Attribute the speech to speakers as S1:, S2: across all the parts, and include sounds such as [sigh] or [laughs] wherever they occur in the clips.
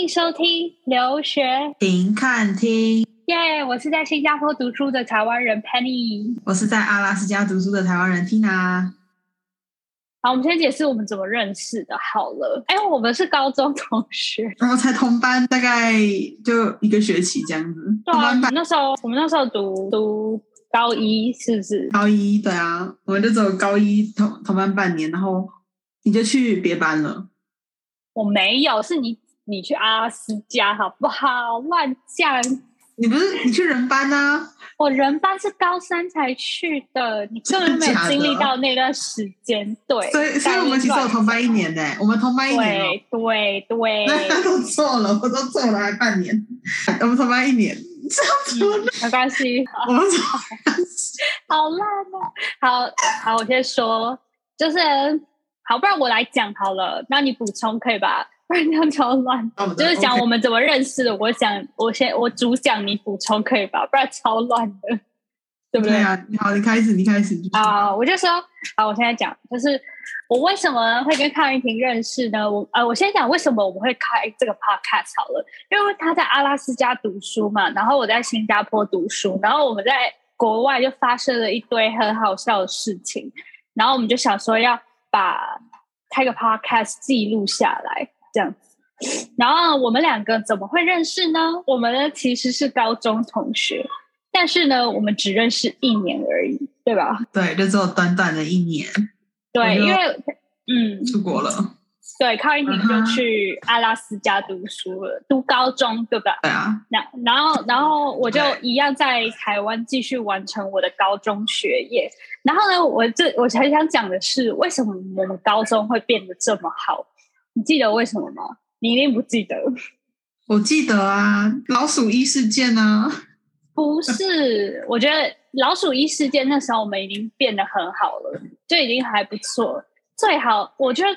S1: 迎收听留学
S2: 停看听。
S1: 耶我是在新加坡读书的台湾人 Penny。
S2: 我是在阿拉斯加读书的台湾人 Tina。
S1: 好，我们先解释我们怎么认识的。好了，哎，我们是高中同
S2: [laughs]
S1: 学。
S2: 然后才同班，大概就一个学期这样子。
S1: 对
S2: 同
S1: 啊，我
S2: 班
S1: 们
S2: 班
S1: 那时候我们那时候读读高一，是不是？
S2: 高一，对啊，我们就走高一同同班半年，然后你就去别班了。
S1: 我没有，是你你去阿拉斯加好不好？乱讲！
S2: 你不是你去人班啊？
S1: 我人班是高三才去的，你根本没有
S2: 真的假的
S1: 经历到那段时间。对，
S2: 所以所以我们其实有同班一年呢、我们同班一年哦、
S1: 对对
S2: [laughs]
S1: 对，
S2: 那都错了，我都错了，还半年。我们同班一年，这样子我们
S1: 没关系。
S2: 我们怎么
S1: 好烂哦！好好，我先说，就是好，不然我来讲好了，那你补充可以吧？不然这样超乱。
S2: 我们
S1: 就是讲
S2: OK
S1: 我们怎么认识的，我讲我先我主讲，你补充可以吧？不然超乱的，对不
S2: 对啊。好，你开始，你开始。
S1: 啊、我就说，啊，我现在讲，就是我为什么会跟康云婷认识呢？我呃，我先讲为什么我们会开这个 podcast 好了，因为他在阿拉斯加读书嘛，然后我在新加坡读书，然后我们在国外就发生了一堆很好笑的事情，然后我们就想说要把开个 podcast 记录下来，这样子。然后我们两个怎么会认识呢？我们呢其实是高中同学，但是呢，我们只认识一年而已，对吧？
S2: 对，就只有短短的一年
S1: 对，
S2: 我就
S1: 因为嗯，
S2: 出国了。
S1: 对，康一婷
S2: 嗯
S1: 就
S2: 哼
S1: 去阿拉斯加读书了，读高中，对吧？
S2: 对啊，
S1: 然然后然后我就
S2: 对
S1: 一样在台湾继续完成我的高中学业。然后呢，我这我很想讲的是，为什么我们高中会变得这么好？你记得为什么吗？你一定不记得，
S2: 我记得啊，老鼠一事件啊，
S1: 不是？我觉得老鼠一事件那时候我们已经变得很好了，就已经还不错。最好，我觉得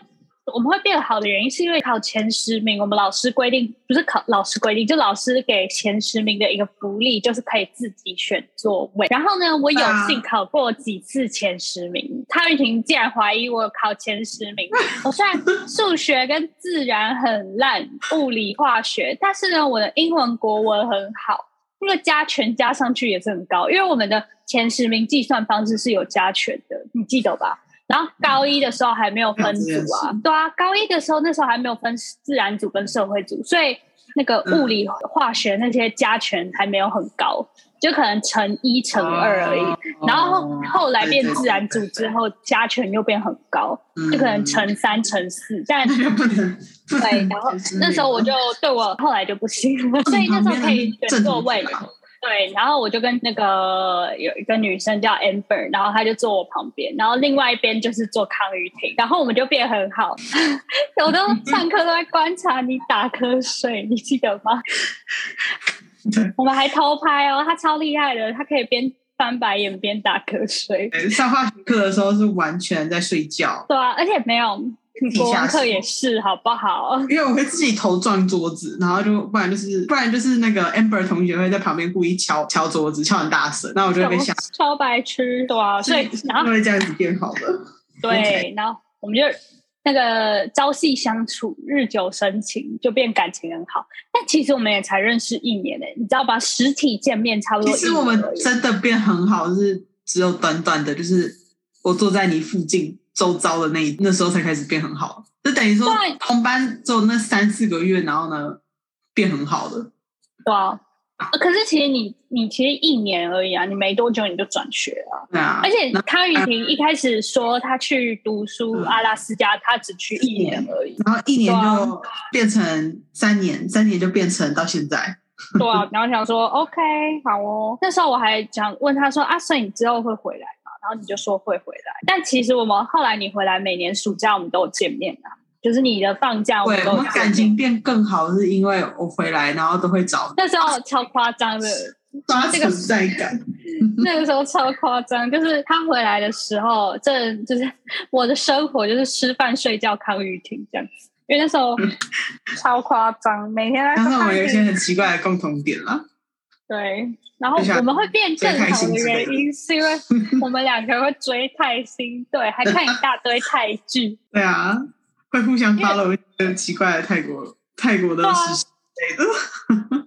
S1: 我们会变好的原因是因为考前十名，我们老师规定不是考老师规定，就老师给前十名的一个福利，就是可以自己选座位。然后呢，我有幸考过几次前十名。汤玉婷竟然怀疑我有考前十名，我虽然数学跟自然很烂，物理化学，但是呢，我的英文国文很好。那个加权加上去也是很高，因为我们的前十名计算方式是有加权的，你记得吧？然后高一的时候还没有分组啊，对啊，高一的时候那时候还没有分自然组跟社会组，所以那个物理、化学那些加权还没有很高，就可能乘一乘二而已。
S2: 哦
S1: 然后后来变自然组之，后，加权又变很高，就可能
S2: 成
S1: 乘三乘四，但
S2: 嗯那就不能不能
S1: 对，然后
S2: 就是
S1: 那时候我就对我后来就不行了，所以那时候可以选座位
S2: 正常啊吧
S1: 对，然后我就跟那个有一个女生叫 Amber，然后她就坐我旁边，然后另外一边就是坐康雨婷，然后我们就变很好。 [laughs] 我都上课都在观察你打瞌睡，你记得吗？
S2: 对
S1: 我们还偷拍哦，她超厉害的，她可以边翻白眼边打瞌睡。
S2: 对上化学课的时候是完全在睡觉，
S1: 对啊，而且没有
S2: 地
S1: 国
S2: 下
S1: 文
S2: 室
S1: 课也是，好不好？
S2: 因为我会自己头撞桌子，然后就不然就是不然就是那个 Amber 同学会在旁边故意敲敲桌子，敲很大声，那我就会被吓，
S1: 超白痴，对啊，所以然后
S2: 就会这样子变好的。
S1: 对，然后我们就那个朝夕相处，日久生情，就变感情很好。但其实我们也才认识一年呢、欸你知道吧？实体见面差不多
S2: 其
S1: 一
S2: 实我
S1: 年
S2: 们
S1: 呃而已。
S2: 真的变很好，就是只有短短的，就是我坐在你附近周遭的那一那时候才开始变很好，就等于说
S1: 对
S2: 同班只有那三四个月，然后呢变很好的。
S1: 对啊，呃可是其实你你其实一年而已啊，你没多久你就转学了、
S2: 对啊，
S1: 而且
S2: 然后
S1: 汤雨婷一开始说她去读书
S2: 嗯
S1: 阿拉斯加，她只去一年而已。
S2: 然后一年
S1: 对啊
S2: 就变成三年，三年就变成到现在。
S1: [laughs] 对啊，然后想说 OK 好哦。那时候我还想问他说啊，所以你之后会回来吗？然后你就说会回来，但其实我们后来你回来，每年暑假我们都有见面啊，就是你的放假我们
S2: 对，
S1: 都
S2: 我
S1: 有
S2: 们
S1: 见
S2: 感
S1: 面
S2: 情变更好，是因为我回来，然后都会找
S1: 那时候超夸张的，
S2: 抓
S1: 这个
S2: 存在感。
S1: 那个时候超夸张，就是他回来的时候，这就是 [laughs] 我的生活就是吃饭睡觉看雨婷这样子，因为那时候超夸张，每天在
S2: 但是我
S1: 看
S2: 们有
S1: 雨
S2: 一些
S1: 婷。
S2: 嗯很奇怪的共同点啦。
S1: 对，然后
S2: 就像
S1: 我们会变更好的
S2: 追开
S1: 原
S2: 心之
S1: 因，是因
S2: [laughs]
S1: 为我们两个会追泰星，对，还看一大堆泰剧。
S2: 对啊，会互相
S1: 因为
S2: follow 一些奇怪的泰国泰国的
S1: 对啊
S2: 时事类的。 [laughs]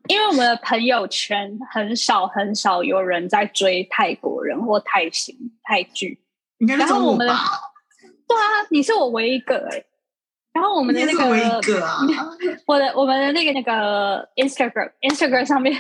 S1: 因为我们的朋友圈很少很少有人在追泰国人或泰星泰剧，
S2: 应该是
S1: 然
S2: 找
S1: 后我们的
S2: 吧，
S1: 对啊，你是我唯一一个哎、然后我们的那
S2: 应该是唯一一
S1: 个，[laughs]
S2: 个啊，
S1: 我的我们的那个那个 Instagram Instagram 上面，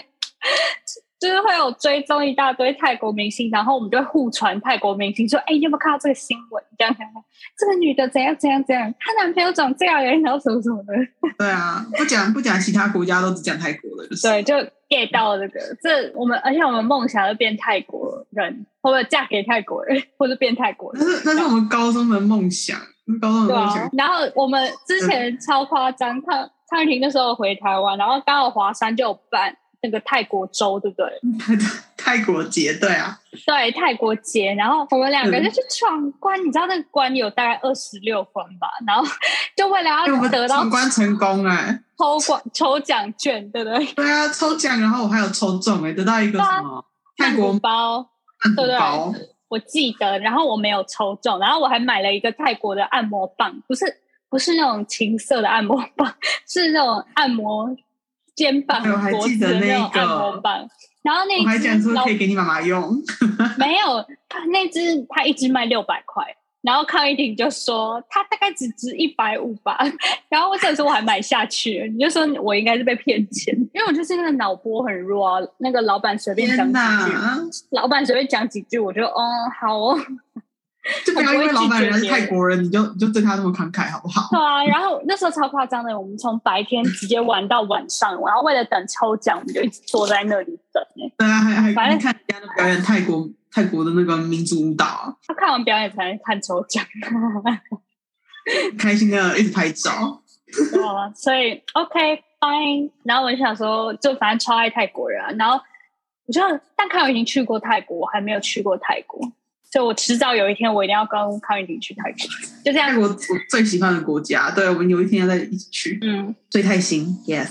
S1: 就是会有追踪一大堆泰国明星，然后我们就会互传泰国明星说：“哎、你有没有看到这个新闻？这样这 [laughs] 样，这样这个女的怎样怎样怎样，她男朋友长这样，然后什么什么的。”
S2: 对啊，不讲不讲其他国家，都只讲泰国的，就是
S1: 对，就 get 到这个，这我们而且我们梦想就变泰国人，或者嫁给泰国人，或者变泰国
S2: 那
S1: 人。
S2: 是那是我们高中的梦想，那是高中的
S1: 对
S2: 梦想
S1: 啊，，然后我们之前超夸张，蔡蔡婷那时候回台湾，然后刚好华山就有办那个泰国周，对不对？
S2: 泰泰国节，对啊，
S1: 对，泰国节，然后我们两个
S2: 嗯
S1: 就去闯关，你知道那个关有大概二十六关吧，然后 [laughs] 就为了
S2: 哎，我
S1: 要
S2: 们
S1: 得到
S2: 闯关成功哎，
S1: 抽奖抽奖券，对不对？
S2: 对啊，抽奖，然后我还有抽中哎，得到一个
S1: 对啊
S2: 什么
S1: [laughs]
S2: 泰国
S1: 汉堡包，
S2: 曼谷
S1: 对对
S2: 包，
S1: 我记得，然后我没有抽中，然后我还买了一个泰国的按摩棒，不是不是那种情色的按摩棒，是那种按摩肩膀、
S2: 对我哎还
S1: 脖
S2: 记
S1: 子
S2: 得
S1: 的那种
S2: 那
S1: 按
S2: 个
S1: 摩棒。然后那
S2: 我还
S1: 一
S2: 讲
S1: 只
S2: 说
S1: 老
S2: 可以给你妈妈用，
S1: [laughs] 没有，他那只他一只卖六百块，然后康一婷就说他大概只值一百五吧， [laughs] 然后我想说我还买下去，你就说我应该是被骗钱， [laughs] 因为我就是那个脑波很弱啊，那个老板随便讲
S2: 天
S1: 几句，
S2: 哪！
S1: 老板随便讲几句，我就哦好哦。 [laughs]
S2: 就不要因为老板人家是泰国人，你就你就对他那么慷慨，好不好？
S1: 对啊，然后那时候超夸张的，我们从白天直接玩到晚上，然后为了等抽奖，我们就一直坐在那里等、欸。
S2: 对啊，还还
S1: 反正
S2: 看人家的表演泰国泰国的那个民族舞蹈啊，
S1: 他看完表演才能看抽奖，
S2: 开心的一直拍照。
S1: 对啊所以 OK fine。然后我就想说，就反正超爱泰国人、啊，然后我就但康永已经去过泰国，我还没有去过泰国，所以我迟早有一天我一定要跟康永婷去泰国，就这
S2: 泰
S1: 样。
S2: 国我最喜欢的国家，对我们有一天要再一起去。
S1: 嗯，
S2: 最泰星，yes，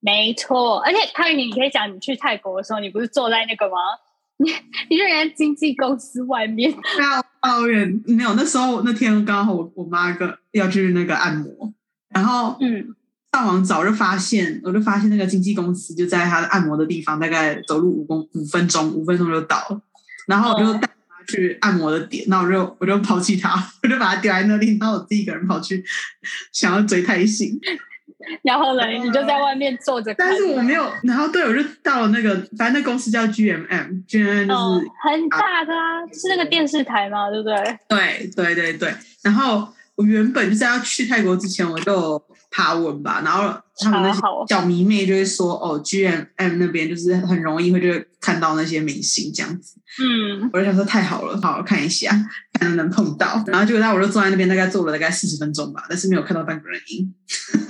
S1: 没错。而且康永婷，你可以讲你去泰国的时候，你不是坐在那个吗？ [laughs] 你你就人家经纪公司外面。
S2: 不要抱怨。没有，那时候那天刚好我我妈跟要去那个按摩，然后
S1: 嗯。
S2: 上网找就发现，我就发现那个经纪公司就在他的按摩的地方，大概走路五公五分钟，五分钟就到了。然后我就
S1: 嗯
S2: 带他去按摩的点，那我就我就抛弃他， [laughs] 我就把他丢在那里，然后我自己一个人跑去想要追泰星，
S1: [laughs] 然后呢，
S2: 嗯
S1: 你就在外面坐着看，
S2: 但是我没有。然后对，我就到了那个，反正那公司叫 GMM，GMM 就是、
S1: 哦，很大的啊，是那个电视台嘛，对不对？
S2: 对对对对。然后我原本就是要去泰国之前，我就有爬文吧，然后他们那些
S1: 爬好
S2: 小迷妹就会说，哦，GMM 那边就是很容易会就会看到那些明星这样子。
S1: 嗯，
S2: 我就想说太好了，好好看一下，看能不能碰到。然后结果那我就坐在那边，大概坐了大概四十分钟吧，但是没有看到半个人影。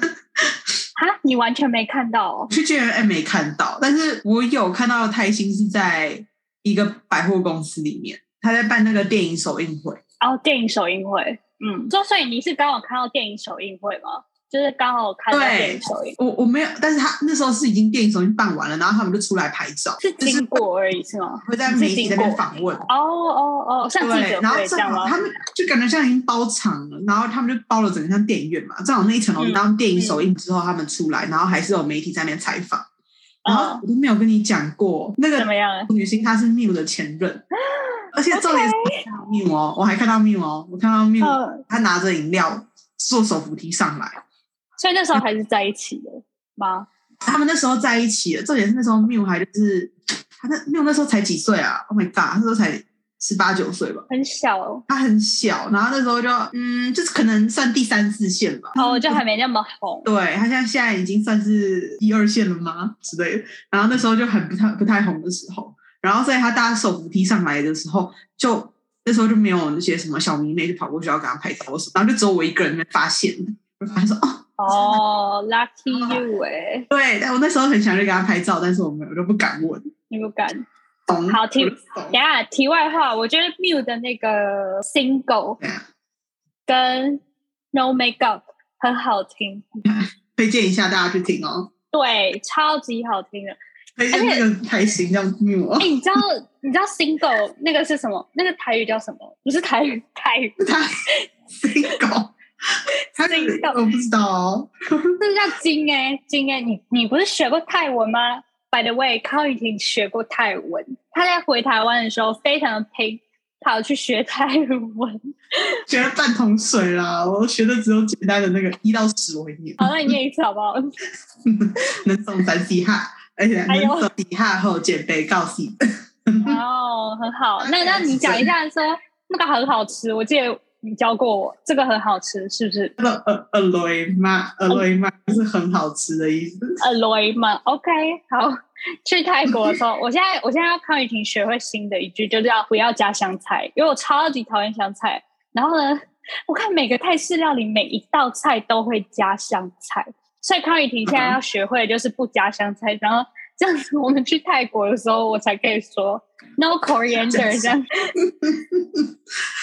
S1: 哈，你完全没看到哦，
S2: 去 GMM 没看到，但是我有看到泰星是在一个百货公司里面，他在办那个电影首映会。
S1: 然后电影首映会，嗯，就所以你是刚好看到电影首映会吗？就是刚好看到
S2: 对
S1: 电影首映，
S2: 我我没有，但是他那时候是已经电影首映办完了，然后他们就出来拍照，
S1: 是
S2: 就是
S1: 经过而已是吗？
S2: 会在媒体
S1: 是经
S2: 那边
S1: 过
S2: 访问，
S1: 哦哦哦，像记
S2: 对，
S1: 者
S2: 然后
S1: 会这
S2: 正
S1: 样
S2: 好
S1: 吗？哦
S2: 他们就感觉像已经包场了，然后他们就包了整个像电影院嘛，正好那一层楼，
S1: 嗯
S2: 然后电影首映之后他们出来，然后还是有媒体在那边采访，然后我都没有跟你讲过那
S1: 嗯怎
S2: 个
S1: 么样？
S2: 女星她是 Miu 的前任，而且重点是我看到 Miu 哦，我还看到 Miu 哦，我看到 Miu
S1: 嗯，
S2: 她拿着饮料坐手扶梯上来。
S1: 所以那时
S2: 嗯
S1: 候还是在一起的吗？
S2: 他们那时候在一起了，重点是那时候缪还就是他那缪那时候才几岁啊？Oh my god，他那时候才十八九岁吧，
S1: 很小哦，
S2: 他很小，然后那时候就嗯，就是可能算第三四线吧。
S1: 哦就还没那么红，
S2: 对他现在现在已经算是一二线了吗之类的，然后那时候就很不太不太红的时候，然后所以他搭手扶梯上来的时候，就那时候就没有那些什么小迷妹就跑过去要跟他拍照什么，然后就只有我一个人被发现了，我就发现说哦，
S1: 哦，Lucky
S2: [laughs]
S1: you 哎，
S2: 对，但我那时候很想去给他拍照，但是我没有，我就不敢问。
S1: 你不敢。
S2: 懂
S1: 好听
S2: 我就懂
S1: 等一下，题外话，我觉得 Miu 的那个 single
S2: 对啊
S1: 跟 No Makeup 很好听，
S2: 推荐一下大家去听哦，
S1: 对，超级好听的。
S2: 推荐那个台型叫缪哦
S1: 哎、，你知道你知道 single 那个是什么？那个台语叫什么？不是台语，台语
S2: 他 single 他是
S1: 惊动
S2: 我不知道哦，
S1: [laughs] 这叫金哎、金哎、你你不是学过泰文吗？By the way，康雨婷学过泰文，她在回台湾的时候非常的拼，跑去学泰文。 [laughs]
S2: 学了半桶水啦，我学的只有简单的那个一到十我会念，
S1: 好，那你念一次好不好？
S2: 能送三四下，而且
S1: 哎
S2: 能
S1: 呦
S2: 送几下后减肥告诉。
S1: 哦，很好。那那你讲一下说那个很好吃，我记得你教过我，这个很好吃，是不是？
S2: 那个呃呃雷妈呃雷妈就是很好吃的意思。
S1: a l o y 吗？OK，好。去泰国的时候，
S2: [laughs]
S1: 我现在我现在要康雨婷学会新的一句，就叫不要加香菜，因为我超级讨厌香菜。然后呢，我看每个泰式料理每一道菜都会加香菜，所以康雨婷
S2: 嗯
S1: 现在要学会的就是不加香菜。然后这样子，我们去泰国的时候，我才可以说 no coriander
S2: [laughs]
S1: 这样。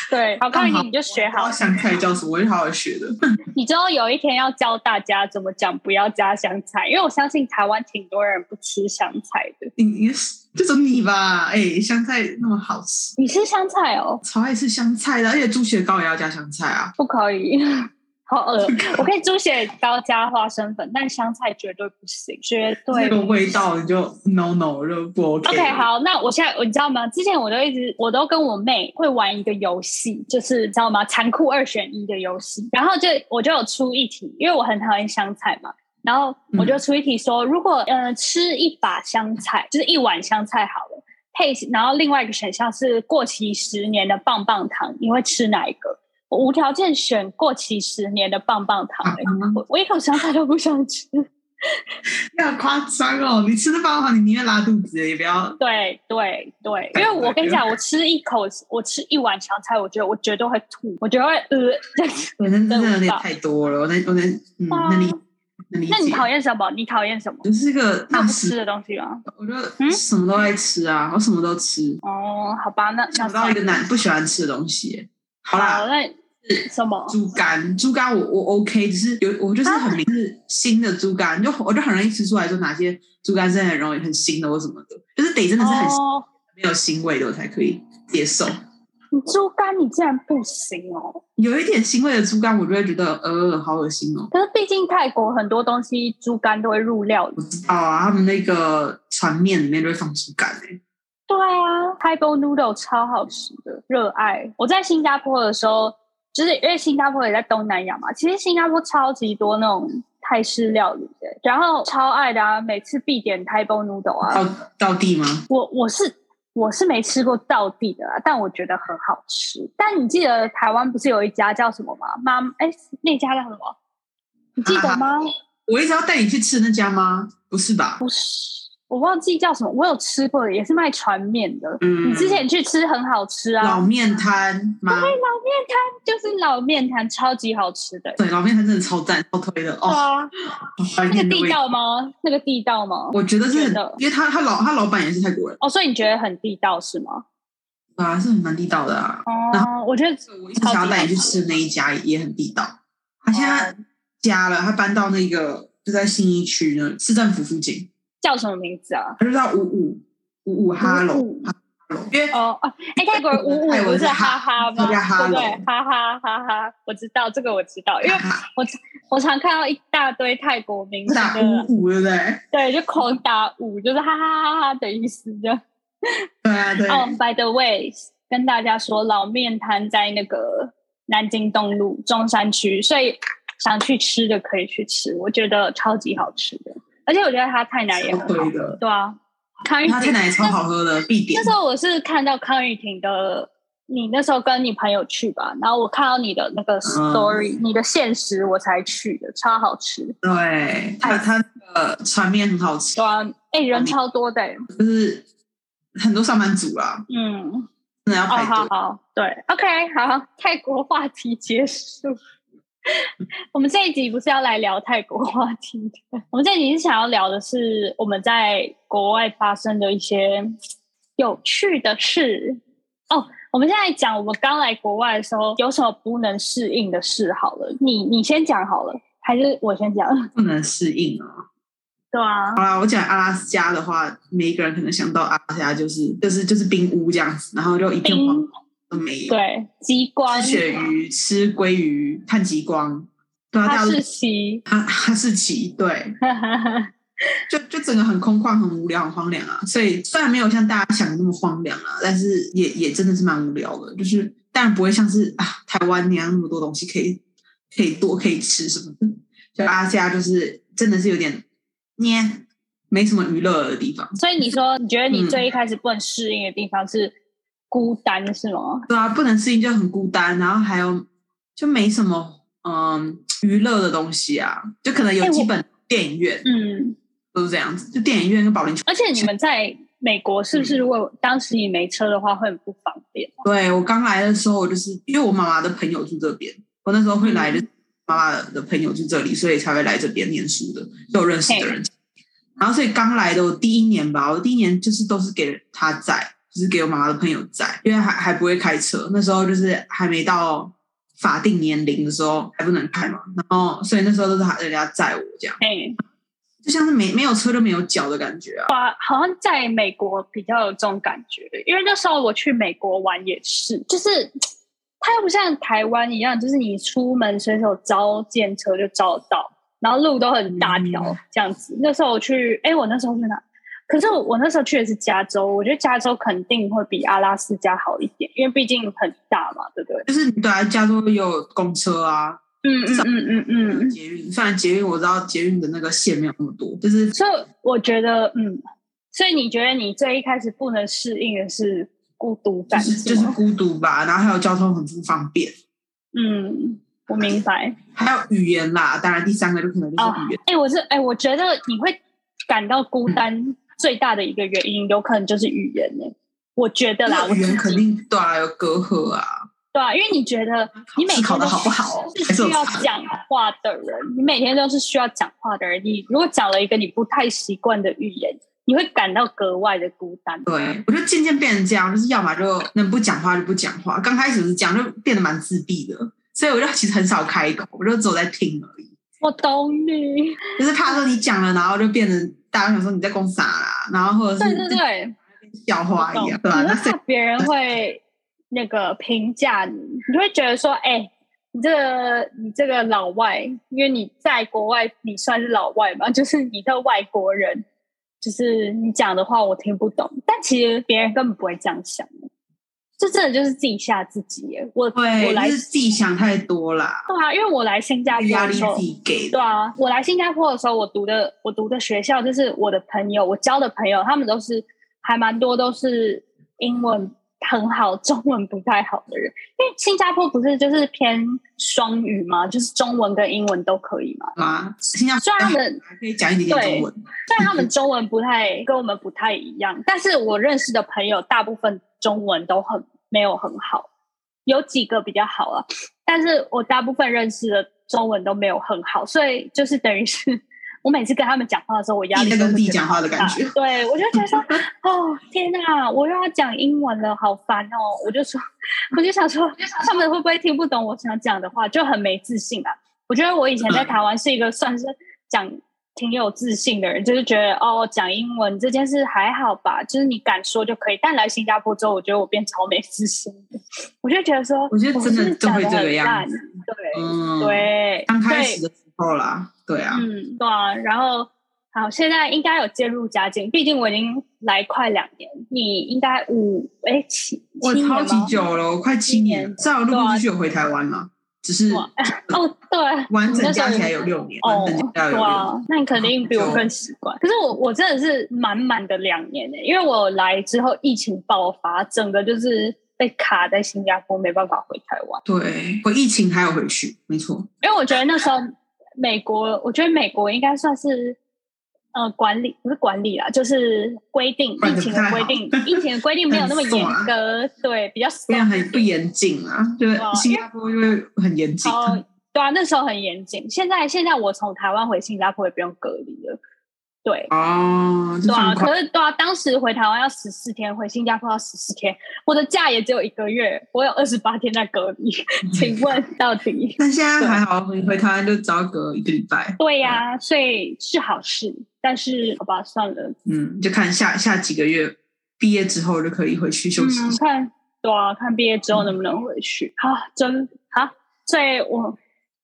S1: 对，好，康雨婷你就学好
S2: 我不知道，哦香菜叫什么，我就好好学的。
S1: 你之后有一天要教大家怎么讲不要加香菜，因为我相信台湾挺多人不吃香菜的。
S2: 你你就整你吧，哎、香菜那么好吃，
S1: 你吃香菜哦？
S2: 超爱吃香菜的，而且猪血糕也要加香菜啊。
S1: 不可以， [laughs] 好恶！我可以猪血糕加花生粉，但香菜绝对不行，绝对
S2: 那个味道你就 no no 就不 OK。
S1: OK，，好，那我现在你知道吗？之前我都一直我都跟我妹会玩一个游戏，就是你知道吗？残酷二选一的游戏。然后就我就有出一题，因为我很讨厌香菜嘛。然后我就出一题说，如果呃吃一把香菜，就是一碗香菜好了，配然后另外一个选项是过期十年的棒棒糖，你会吃哪一个？我无条件选过期十年的棒棒糖、欸，我我一口香菜都不想吃。
S2: 要夸张哦！你吃的棒棒糖，你宁愿拉肚子也不要。
S1: 对对对，因为我跟你讲，我吃一口，我吃一碗香菜，我觉得我绝对会吐，我觉得会呃。
S2: 嗯我能真
S1: 真
S2: 的
S1: 的
S2: 有点太多了，我能我能嗯，
S1: 哇
S2: 能理能理解。
S1: 哦那你讨厌什么？你讨厌什么？
S2: 就是一个
S1: 那
S2: 大
S1: 不
S2: 食
S1: 吃的东西吗？
S2: 我就
S1: 嗯
S2: 什么都爱吃啊，我什么都吃，
S1: 哦，好吧，那那
S2: 想不到一个难不喜欢吃的东西。好
S1: 好，
S2: 啦，
S1: 那什么？
S2: 猪肝，猪肝我我 OK，只是有我就是很明是新的猪肝，就我就很容易吃出来，说哪些猪肝是很容易很腥的或什么的，就是得真的是很腥
S1: 哦，
S2: 没有腥味的我才可以接受。
S1: 你猪肝你竟然不行哦！
S2: 有一点腥味的猪肝，我就会觉得呃好恶心哦。
S1: 可是毕竟泰国很多东西猪肝都会入料理
S2: 我知道啊，他们那个船面里面就会放欸猪肝诶、
S1: 对啊 t a b o noodle 超好吃的，热爱。我在新加坡的时候，就是因为新加坡也在东南亚嘛，其实新加坡超级多那种泰式料理的，然后超爱的啊，每次必点 t a b o noodle 啊。
S2: 到到地吗？
S1: 我我是我是没吃过道地的啊，但我觉得很好吃。但你记得台湾不是有一家叫什么吗？妈，哎，那家叫什么？你记得吗？
S2: 我一直要带你去吃那家吗？不是吧？
S1: 不是，我忘记叫什么。我有吃过的，也是卖船面的。
S2: 嗯，
S1: 你之前去吃很好吃啊，
S2: 老面摊吗？
S1: 老面摊就是老面摊，超级好吃的。
S2: 对，老面摊真的超赞，超推的哦，
S1: 啊，
S2: 好怀
S1: 那个
S2: 念的味
S1: 地
S2: 道。
S1: 道吗？那个地道吗？
S2: 我觉得是
S1: 觉
S2: 很
S1: 得，
S2: 因为他他老他老板也是泰国人
S1: 哦，所以你觉得很地道是吗？
S2: 对啊，是很蛮地道的啊。
S1: 哦，我觉得
S2: 我一直想要带你去吃的那一家也很地道，他现在加了，他搬到那个就在信义区呢，市政府附近，
S1: 叫什么名字啊？
S2: 他就叫五五五五哈喽
S1: 五五
S2: 哈喽，因为
S1: 哦哦，哎，泰国人五五
S2: 泰
S1: 不
S2: 文是
S1: 是哈哈吗？
S2: 它叫
S1: 对
S2: 哈喽
S1: 不对？哈哈哈哈，我知道这个，我知道，因为
S2: 哈哈
S1: 我常看到一大堆泰国名字 [laughs]
S2: 打
S1: 的，
S2: 啊五五对不对？
S1: 对，就狂打五，就是哈哈哈哈的意思，这样。
S2: 对啊对，
S1: 哦、b y the way，跟大家说，老面摊在那个南京东路中山区，所以想去吃的可以去吃，我觉得超级好吃的，而且我觉得它太奶也
S2: 超
S1: 很好
S2: 推，的，
S1: 对啊，康玉
S2: 他太
S1: 婷
S2: 奶也超好喝的，必点
S1: 那时。候我是看到康玉婷的，你那时候跟你朋友去吧，然后我看到你的那
S2: 嗯
S1: 个 story，、你的现实我才去的，超好吃，
S2: 对，他他那个船面很好吃
S1: 对，啊，哎、人超多的、
S2: 就是很多上班族啦，
S1: 嗯。
S2: 真的要
S1: 哦，
S2: 排
S1: 好
S2: 队。
S1: 好，对，OK，好，泰国话题结 [laughs] 束。我们这一集不是要来聊泰国话题的，我们这一集是想要聊的是我们在国外发生的一些嗯有趣的事。哦，我们现在讲我们刚来国外的时候有什么不能适应的事好了，你你先讲好了，还是我先讲？
S2: 不能适应啊！
S1: 对啊
S2: 好，啦，我讲阿拉斯加的话，每一个人可能想到阿拉斯加就是就是就是冰屋这样子，然后就一片荒
S1: 冰
S2: 都都没有。
S1: 对，啊极光、
S2: 吃鳕鱼、吃鲑鱼、看极光，对啊，大
S1: 哈
S2: 家都
S1: 士奇，
S2: 哈哈士奇，对，就就整个很空旷、很无聊、很荒凉啊。所以虽然没有像大家想的那么荒凉啊，但是也也真的是蛮无聊的。就是当然不会像是啊台湾那样那么多东西可以可以多可以吃什么的。就阿西亚就是真的是有点捏，没什么娱乐的地方。
S1: 所以你说，你觉得你
S2: 嗯
S1: 最一开始不能适应的地方是孤单，是吗？
S2: 对啊，不能适应就很孤单，然后还有就没什么嗯娱乐的东西啊，就可能
S1: 哎
S2: 有
S1: 我
S2: 基本电影院、
S1: 嗯，
S2: 都是这样子，就电影院跟保龄球。
S1: 而且你们在美国是不是？如果当时你没车的话，会很不方便。
S2: 对我刚来的时候，我就是因为我妈妈的朋友住这边，我那时候会来就是妈妈的朋友住这里，所以才会来这边念书的，就有认识的人。然后所以刚来的我第一年吧，我第一年就是都是给他载，就是给我妈妈的朋友载，因为还还不会开车，那时候就是还没到法定年龄的时候还不能开嘛，然后所以那时候都是他人家载我这样，
S1: 哎、
S2: 就像是没没有车就没有脚的感觉啊。
S1: 好像在美国比较有这种感觉，因为那时候我去美国玩也是，就是它又不像台湾一样，就是你出门随手招见车就招得到，然后路都很大条
S2: 嗯
S1: 这样子。那时候我去，哎、我那时候去哪？可是我我那时候去的是加州，我觉得加州肯定会比阿拉斯加好一点，因为毕竟很大嘛，对不对？
S2: 就是你对啊，加州有公车啊，
S1: 嗯嗯嗯嗯嗯。
S2: 捷运，虽然捷运我知道捷运的那个线没有那么多，就是
S1: 所以我觉得，嗯，所以你觉得你最一开始不能适应的是孤独
S2: 就
S1: 感，
S2: 是就是是
S1: 吗
S2: 孤独吧，然后还有交通很不方便，
S1: 嗯，我明
S2: [laughs]
S1: 白。
S2: 还有语言啦，当然第三个就可能就是语言，
S1: 哎、我是哎、我觉得你会感到孤单最大的一个原因，有可能就是语言呢、我觉得啦，
S2: 那
S1: 我
S2: 语言
S1: 自
S2: 肯
S1: 己
S2: 定对啊，有隔阂啊，
S1: 对啊，因为你觉得你每
S2: 思
S1: 天
S2: 考
S1: 都
S2: 的好不好哦，还
S1: 是
S2: 是有
S1: 需要
S2: 差
S1: 讲话的人，你每天都是需要讲话的人。你如果讲了一个你不太习惯的语言，你会感到格外的孤单。
S2: 对，我就渐渐变成这样，就是要么就能不讲话就不讲话，刚开始是这样，就变得蛮自闭的，所以我就其实很少开口，我就只有在听而已，
S1: 我懂你，
S2: 就是怕说你讲了，然后就变成大家想说你在公傻啦，然后或者
S1: 对
S2: 是
S1: 对对。
S2: 笑话一样，对吧、
S1: 你
S2: 那
S1: 会
S2: 谁
S1: 怕 [laughs] 别人会那个评价你，你会觉得说，哎、你这个你这个老外，因为你在国外，你算是老外嘛， [laughs] 就是你的外国人，就是你讲的话我听不懂，但其实别人根本不会这样想的，这真的就是自己吓自己耶。我我
S2: 对，
S1: 来
S2: 就是自己想太多啦，
S1: 对啊，因为我来新加坡
S2: 压
S1: 的
S2: 力
S1: 时候
S2: 自，己给的。
S1: 对啊，我来新加坡的时候，我读的我读的学校就是我的朋友，我交的朋友，他们都是还蛮多都是英文很好，中文不太好的人。因为新加坡不是就是偏双语嘛，就是中文跟英文都可以嘛。
S2: 啊，新加坡
S1: 虽然他们
S2: 还可以讲一点点中文，
S1: 虽然他们中文不太跟我们不太一样，但是我认识的朋友大部分中文都很没有很好，有几个比较好啊，但是我大部分认识的中文都没有很好，所以就是等于是 [laughs] 我每次跟他们讲话的时候，我压
S2: 自己
S1: 力
S2: 在
S1: 都
S2: 跟自己
S1: 会觉得
S2: 讲话的
S1: 很大
S2: 感觉。
S1: [laughs] 对我就觉得说，哦天哪，我又要讲英文了，好烦哦！我就说，我就想说，他们会不会听不懂我想讲的话，就很没自信啊。我觉得我以前在
S2: 嗯
S1: 台湾是一个算是讲挺有自信的人，就是觉得哦，讲英文这件事还好吧，就是你敢说就可以。但来新加坡之后，我觉得我变超没自信的，我就觉得说，
S2: 我觉得真
S1: 是不
S2: 的
S1: 是
S2: 都
S1: 讲
S2: 会
S1: 得
S2: 这个
S1: 很烂
S2: 样子。
S1: 对
S2: 嗯，，
S1: 对，
S2: 刚开
S1: 对
S2: 始的时候啦，对啊，
S1: 嗯，对啊，然后好，现在应该有渐入佳境，毕竟我已经来快两年，你应该五哎七，
S2: 我
S1: 七年
S2: 超
S1: 吗
S2: 级久了，我快七
S1: 七
S2: 年
S1: 年，啊
S2: 虽然我陆陆续续有回台湾了，只是
S1: 哇哦，对，
S2: 完
S1: 你那
S2: 整
S1: 时候
S2: 加起来有六年，
S1: 哦
S2: 完整，
S1: 对
S2: 加起来有六年。
S1: 啊，那你肯定比我更习惯。可是我我真的是满满的两年呢、因为我来之后疫情爆发，整个就是被卡在新加坡，没办法回台湾。
S2: 对，我疫情还有回去，没错，
S1: 因为我觉得那时候美国，我觉得美国应该算是呃管理不是管理啦，就是规定
S2: 管
S1: 疫
S2: 得
S1: 情
S2: 不
S1: 的
S2: 太
S1: 规
S2: 好
S1: 定，疫情的规定没有那么
S2: [laughs] 很松
S1: 严
S2: 啊
S1: 格，对，比较
S2: 不
S1: 松
S2: 然很不严谨啊，就是
S1: 哇
S2: 新加坡就会很严谨。
S1: 哦，对啊，那时候很严谨。现在现在我从台湾回新加坡也不用隔离了，对。
S2: 哦，就
S1: 对啊，
S2: 放宽
S1: 可是对啊，当时回台湾要十四天，回新加坡要十四天，我的假也只有一个月，我有二十八天在隔离。请问到底？ [laughs]
S2: 但现在还好，回回台湾就只要隔一个礼拜，
S1: 对呀、所以是好事，但是好吧，算了，
S2: 嗯，就看下下几个月毕业之后就可以回去休息一
S1: 嗯，
S2: 下。
S1: 看，对啊，看毕业之后能不能回去、啊，真啊，所以我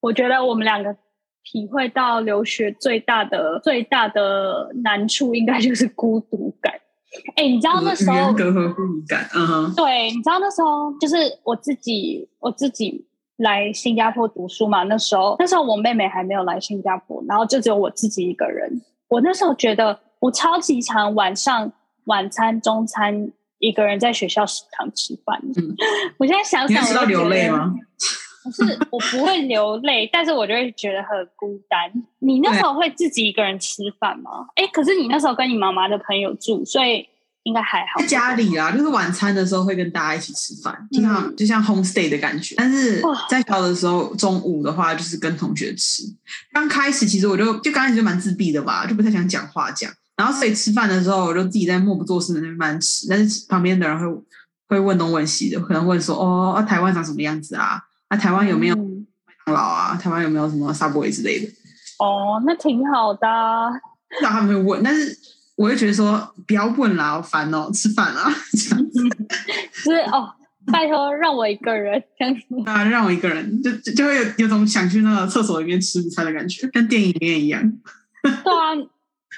S1: 我觉得我们两个体会到留学最大的最大的难处，应该就是孤独感。哎、你知道那时
S2: 嗯语
S1: 候
S2: 言隔阂孤独感，嗯哼，
S1: 对，你知道那时候就是我自己，我自己来新加坡读书嘛。那时候，那时候我妹妹还没有来新加坡，然后就只有我自己一个人。我那时候觉得，我超级常晚上晚餐、中餐一个人在学校食堂吃饭。
S2: 嗯
S1: 我现在想
S2: 你
S1: 想，
S2: 会吃到
S1: 我就觉
S2: 流泪
S1: 得
S2: 吗？
S1: 不是，我不会流泪，但是我就会觉得很孤单。你那时候会自己一个人吃饭吗？哎、可是你那时候跟你妈妈的朋友住，所以应该还好。
S2: 在家里啦，就是晚餐的时候会跟大家一起吃饭，就像、就像 home stay 的感觉。但是
S1: 嗯哇
S2: 在小的时候，中午的话就是跟同学吃。刚开始其实我就就刚开始就蛮自闭的吧，就不太想讲话这样。然后所以吃饭的时候，我就自己在默不作声的那边慢慢吃，但是旁边的人会会问东问西的，可能问说哦，啊、台湾长什么样子啊？啊，台湾有没有麦
S1: 嗯
S2: 当劳啊？台湾有没有什么 Subway 之类的？
S1: 哦，那挺好的啊、
S2: 那他们会问，但是我会觉得说不要问啦，好烦哦，吃饭啦，这样。
S1: 就是哦，拜托让我一个人这样子。
S2: 啊，让我一个人，就就就会有有种想去那个厕所里面吃午餐的感觉，跟电影里面一样。
S1: 对啊，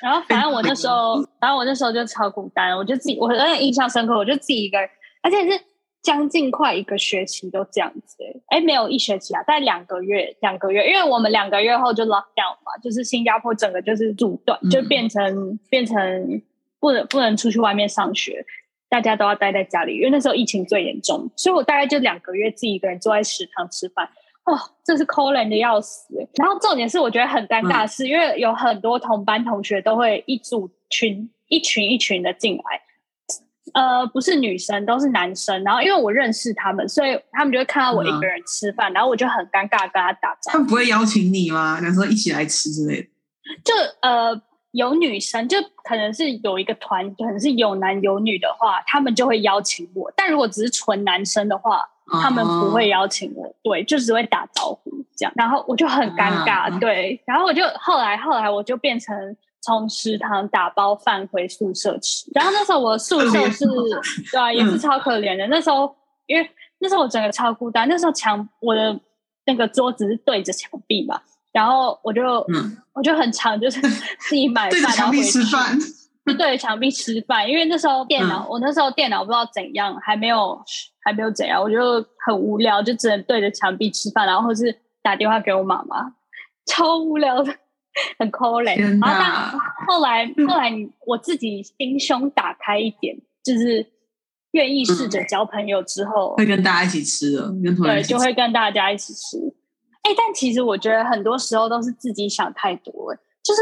S1: 然后反正我那时候，反正我那时候就超孤单，我就自己，我很印象深刻，我就自己一个人，而且是将近快一个学期都这样子、欸，哎、没有一学期啊，大概两个月，两个月，因为我们两个月后就 lock down 嘛，就是新加坡整个就是阻断，
S2: 嗯
S1: 就变成、变成不能不能出去外面上学。大家都要待在家里，因为那时候疫情最严重，所以我大概就两个月自己一个人坐在食堂吃饭，哦，这是抠人的要死欸。然后重点是，我觉得很尴尬的是，因为有很多同班同学都会一组群、一群一群的进来，呃，不是女生，都是男生。然后因为我认识他们，所以他们就会看到我一个人吃饭，然后我就很尴尬地跟他打招
S2: 他
S1: 呼。
S2: 们不会邀请你吗？然后说一起来吃之类的。
S1: 就呃，有女生，就可能是有一个团，可能是有男有女的话，他们就会邀请我。但如果只是纯男生的话，他们不
S2: 哦
S1: 会邀请我，对，就只会打招呼这样，然后我就很尴尬，
S2: 啊
S1: 对，然后我就后来后来我就变成从食堂打包饭回宿舍吃，然后那时候我宿舍
S2: [laughs]
S1: 是，
S2: 嗯
S1: 对啊，也是超可怜的，那时候因为那时候我整个超孤单，那时候墙我的那个桌子是对着墙壁嘛，然后我就、
S2: 嗯
S1: 我就很常就是 [laughs] 自己买
S2: 对着
S1: 饭，然
S2: 墙
S1: 后回
S2: 壁
S1: 去
S2: 吃饭，
S1: 就 [laughs] 对着墙壁吃饭，因为那时候电
S2: 嗯
S1: 脑，我那时候电脑不知道怎样，还没有还没有怎样，我就很无聊，就只能对着墙壁吃饭，然后或是打电话给我妈妈，超无聊的，很抠嘞。
S2: [laughs] 天
S1: 然后但
S2: 哪！嗯
S1: 后来后来你我自己心胸打开一点，就是愿意试
S2: 嗯
S1: 着交朋友之后，
S2: 会跟大家一起吃的，跟同学
S1: 对，
S2: 一起
S1: 就
S2: 吃。
S1: 会跟大家一起吃。哎、但其实我觉得很多时候都是自己想太多、欸，就是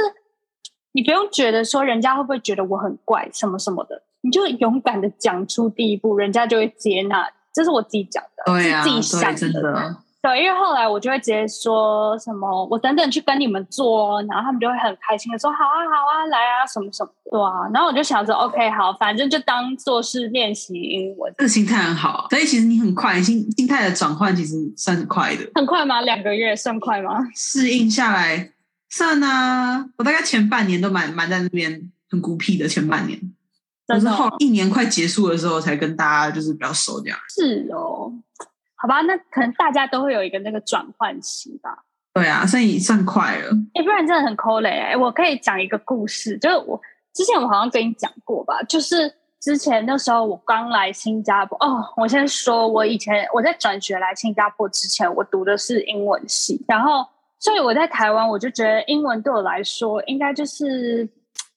S1: 你不用觉得说人家会不会觉得我很怪什么什么的，你就勇敢的讲出第一步，人家就会接纳。这是我自己讲的，
S2: 对啊，
S1: 是自己
S2: 对，
S1: 想
S2: 真的，
S1: 对，因为后来我就会直接说什么，我等等去跟你们做哦，然后他们就会很开心的说好啊好啊来啊什么什么，对啊，然后我就想着 OK 好，反正就当做是练习英文，
S2: 这个心态很好。啊所以其实你很快，心心态的转换其实算很快的，
S1: 很快吗？两个月算快吗？
S2: 适应下来算啊。我大概前半年都蛮蛮在那边很孤僻的，前半年，
S1: 真
S2: 但是
S1: 的哦
S2: 后一年快结束的时候才跟大家就是比较熟这样。
S1: 是哦，好吧，那可能大家都会有一个那个转换期吧。
S2: 对啊，所以算快了。
S1: 哎，不然真的很抠嘞、诶我可以讲一个故事，就是我之前我好像跟你讲过吧，就是之前那时候我刚来新加坡哦，我先说，我以前我在转学来新加坡之前，我读的是英文系，然后所以我在台湾我就觉得英文对我来说应该就是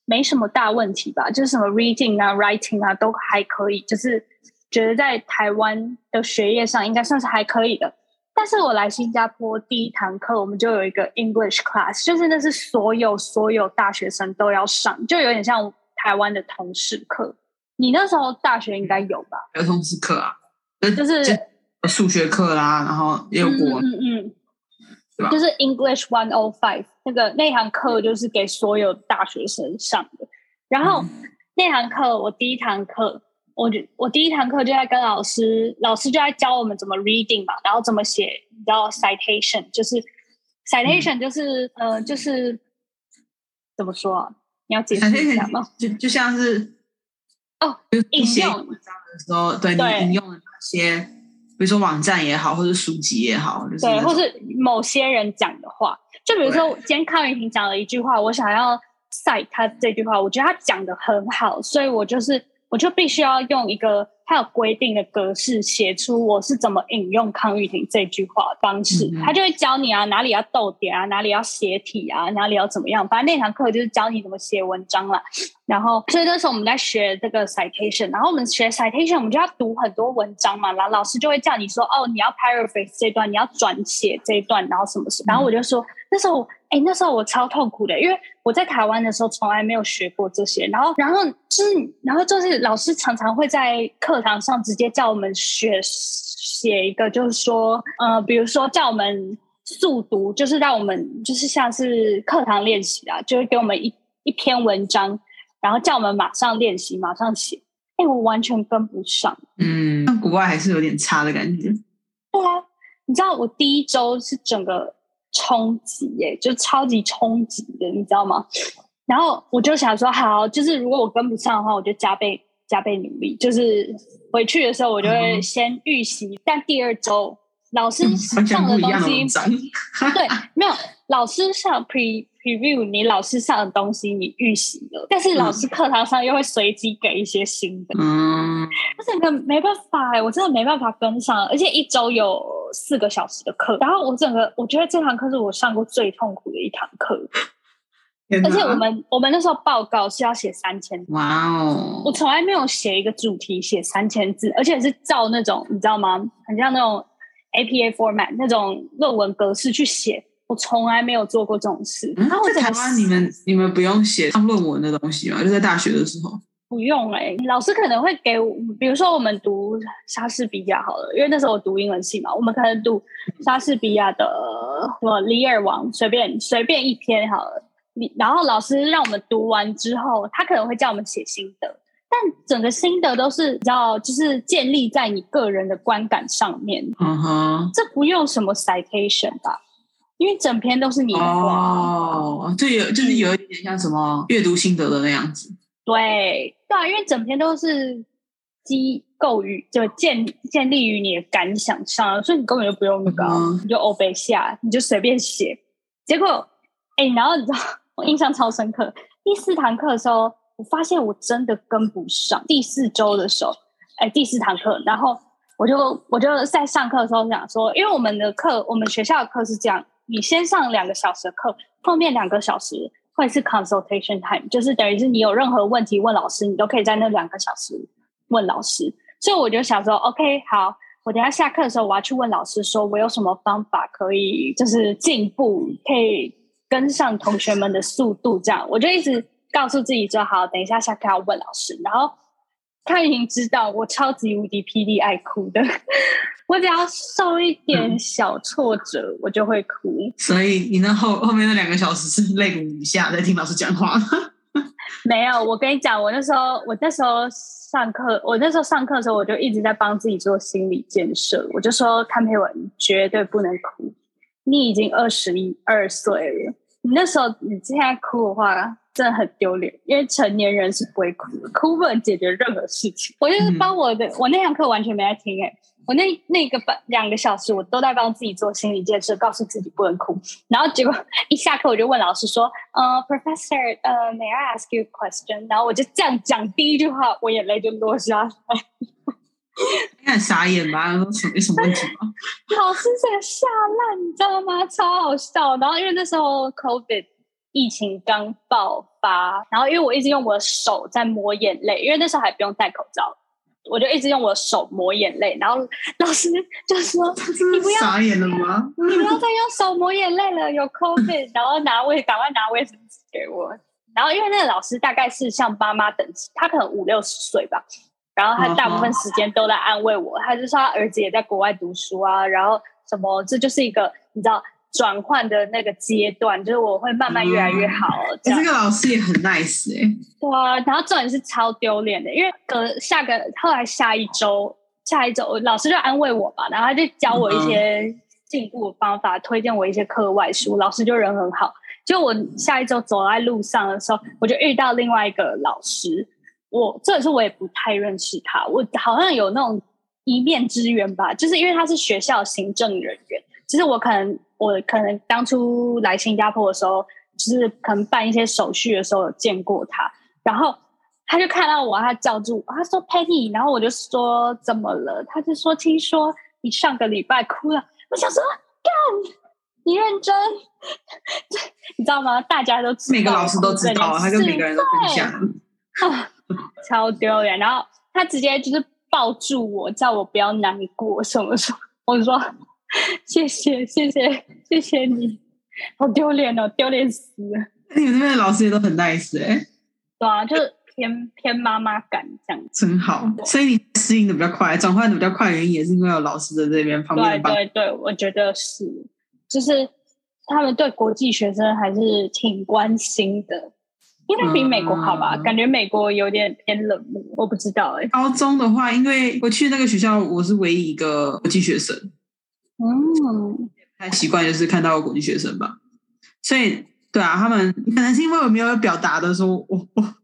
S1: 没什么大问题吧，就是什么 reading 啊、writing 啊都还可以，就是觉得在台湾的学业上应该算是还可以的。但是我来新加坡第一堂课，我们就有一个 English class，就是那是所有所有大学生都要上，就有点像台湾的通识课。你那时候大学应该有吧？
S2: 儿童之课啊，
S1: 就是
S2: 有数学课啦，然后也有
S1: 嗯
S2: 国文，
S1: 嗯嗯
S2: 对
S1: 嗯，
S2: 吧
S1: 就是 English One O Five 那个那堂课就是给所有大学生上的。然后、
S2: 嗯
S1: 那堂课我第一堂课，我就我第一堂课就在跟老师，老师就在教我们怎么 reading 嘛，然后怎么写，你知道 citation 就是 citation 就是、呃就是怎么说、啊？你要解释一下吗？
S2: 就就像是
S1: 哦，
S2: 就
S1: 引
S2: 写
S1: 用
S2: 的时候，对
S1: 对
S2: 你引用了哪些，比如说网站也好，或者书籍也好， [laughs] 就是
S1: 对，
S2: 那
S1: 或
S2: 种
S1: 是某些人讲的话，就比如说今天康云婷讲了一句话，我想要 cite 他这句话，我觉得他讲的很好，所以我就是我就必须要用一个他有规定的格式写出我是怎么引用康玉婷这句话的方式，
S2: 嗯哼
S1: 他就会教你啊哪里要逗点啊，哪里要写体啊，哪里要怎么样，反正那堂课就是教你怎么写文章啦。然后，所以那时候我们在学这个 citation，然后我们学 citation，我们就要读很多文章嘛，然后老师就会叫你说，哦，你要 paraphrase 这一段，你要转写这一段，然后什么事。然后我就说，那时候我，哎，那时候我超痛苦的，因为我在台湾的时候从来没有学过这些。然后，然后就是，然后就是老师常常会在课堂上直接叫我们学写一个，就是说，呃，比如说叫我们速读，就是让我们就是像是课堂练习啊，就是给我们一一篇文章。然后叫我们马上练习，马上写。哎，我完全跟不上。
S2: 嗯，像国外还是有点差的感觉。
S1: 对啊，你知道我第一周是整个冲击耶，就超级冲击的，你知道吗？然后我就想说，好，就是如果我跟不上的话，我就加倍加倍努力。就是回去的时候，我就会
S2: 嗯
S1: 先预习，但第二周老师
S2: 完全
S1: 上
S2: 不
S1: 的
S2: 一
S1: 东
S2: 样的
S1: 西
S2: 文章，
S1: 对，没有老师上 pre preview 你老师上的东西，你预习了，但是老师课堂上又会随机给一些新的，
S2: 嗯，
S1: 我整个没办法哎、我真的没办法跟上，而且一周有四个小时的课，然后我整个我觉得这堂课是我上过最痛苦的一堂课，
S2: 天哪
S1: 而且我们我们那时候报告是要写三千，
S2: 哇
S1: 我
S2: 哦，
S1: 从来没有写一个主题写三千字，而且是照那种你知道吗？很像那种 APA format 那种论文格式去写，我从来没有做过这种事。
S2: 嗯
S1: 然啊后我
S2: 在
S1: 整
S2: 台
S1: 个
S2: 湾你们你们不用写上论文的东西吗？就在大学的时候，
S1: 不用哎、老师可能会给我，比如说我们读莎士比亚好了，因为那时候我读英文系嘛，我们可能读莎士比亚的什么《李尔王》，随便随便一篇好了。你然后老师让我们读完之后，他可能会叫我们写心得，但整个心得都是比较就是建立在你个人的观感上面，
S2: 嗯哼，
S1: 这不用什么 citation 吧？因为整篇都是你的话。
S2: 哦，就有
S1: 嗯
S2: 就是有一点像什么阅读心得的那样子，
S1: 对对啊，因为整篇都是机构于就建建立于你的感想上，所以你根本就不用那个啊，
S2: 嗯
S1: 你就欧北下，你就随便写。结果，哎，然后你知道， [laughs] 我印象超深刻。第四堂课的时候，我发现我真的跟不上。第四周的时候，哎，第四堂课，然后我就我就在上课的时候想说，因为我们的课，我们学校的课是这样，你先上两个小时的课，后面两个小时会是 consultation time，就是等于是你有任何问题问老师，你都可以在那两个小时问老师。所以我就想说，OK，好，我等一下下课的时候，我要去问老师，说我有什么方法可以就是进步，可以跟上同学们的速度，这样我就一直告诉自己说，好，等一下下课要问老师。然后他已经知道我超级无敌霹雳爱哭的， [laughs] 我只要受一点小挫折，我就会哭。
S2: 所以你那后后面那两个小时是肋骨以下在听老师讲话，
S1: [laughs] 没有，我跟你讲，我那时候我那时候上课，我那时候上课的时候，我就一直在帮自己做心理建设。我就说，看佩文你绝对不能哭，你已经二十一二岁了，你那时候你现在哭的话，真的很丢脸，因为成年人是不会哭的，哭不能解决任何事情。我就是帮我的，我那堂课完全没在听、欸，我那那个半两个小时，我都在帮自己做心理建设，告诉自己不能哭。然后结果 [laughs] 一下课，我就问老师说：“呃，Professor，呃，May I ask you a question？” 然后我就这样讲第一句话，我眼泪就落下来。
S2: 应该 [laughs] 很傻眼吧？说什么有什么问题吗？ [laughs]
S1: 老师这个吓烂，你知道吗？超好笑。然后因为那时候 COVID 疫情刚爆发，然后因为我一直用我的手在抹眼泪，因为那时候还不用戴口罩，我就一直用我的手抹眼泪。然后老师就说：“
S2: 他真的
S1: 你不要
S2: 傻眼了吗？哎
S1: 你不
S2: [laughs]
S1: 要再用手抹眼泪了，有 COVID，然后拿卫，赶快拿卫生纸给我。然后因为那个老师大概是像妈妈等级，他可能五六十岁吧，然后他大部分时间都在安慰我，他就说他儿子也在国外读书啊，然后什么，这就是一个你知道转换的那个阶段，就是我会慢慢越来越好、这
S2: 哎、
S1: 样
S2: 这。个老师也很 nice 哎、
S1: 对啊，然后重点是超丢脸的，因为隔下个后来下一周，下一周老师就安慰我吧，然后他就教我一些进步的方法，推荐我一些课外书，老师就人很好。就我下一周走在路上的时候，我就遇到另外一个老师，我这也是我也不太认识他，我好像有那种一面之缘吧，就是因为他是学校行政人员，其实我可能我可能当初来新加坡的时候，就是可能办一些手续的时候有见过他，然后他就看到我，他叫住我，他说 Patty，然后我就说怎么了？他就说听说你上个礼拜哭了，我想说干。你认真， [laughs] 你知道吗？大家都知道
S2: 每个老师都知道啊，他跟每个人都分
S1: 对
S2: 享。
S1: 啊，超丢脸。然后他直接就是抱住我，叫我不要难过什么什么。我说谢谢谢谢谢谢你，好丢脸哦，丢脸死了。
S2: [laughs] 你们那边的老师也都很 nice 哎、
S1: 对啊，就是偏偏妈妈感这样子。
S2: 真好。所以你适应的比较快，转换的比较快，原因也是因为有老师在这边旁边
S1: 对啊
S2: 帮。
S1: 对对，我觉得是，就是他们对国际学生还是挺关心的。应该比美国好吧？
S2: 嗯
S1: 感觉美国有点偏冷漠，我不知道哎、
S2: 高中的话，因为我去那个学校，我是唯一一个国际学生，
S1: 嗯，
S2: 太习惯就是看到国际学生吧，所以对啊，他们可能是因为我没有表达的说我我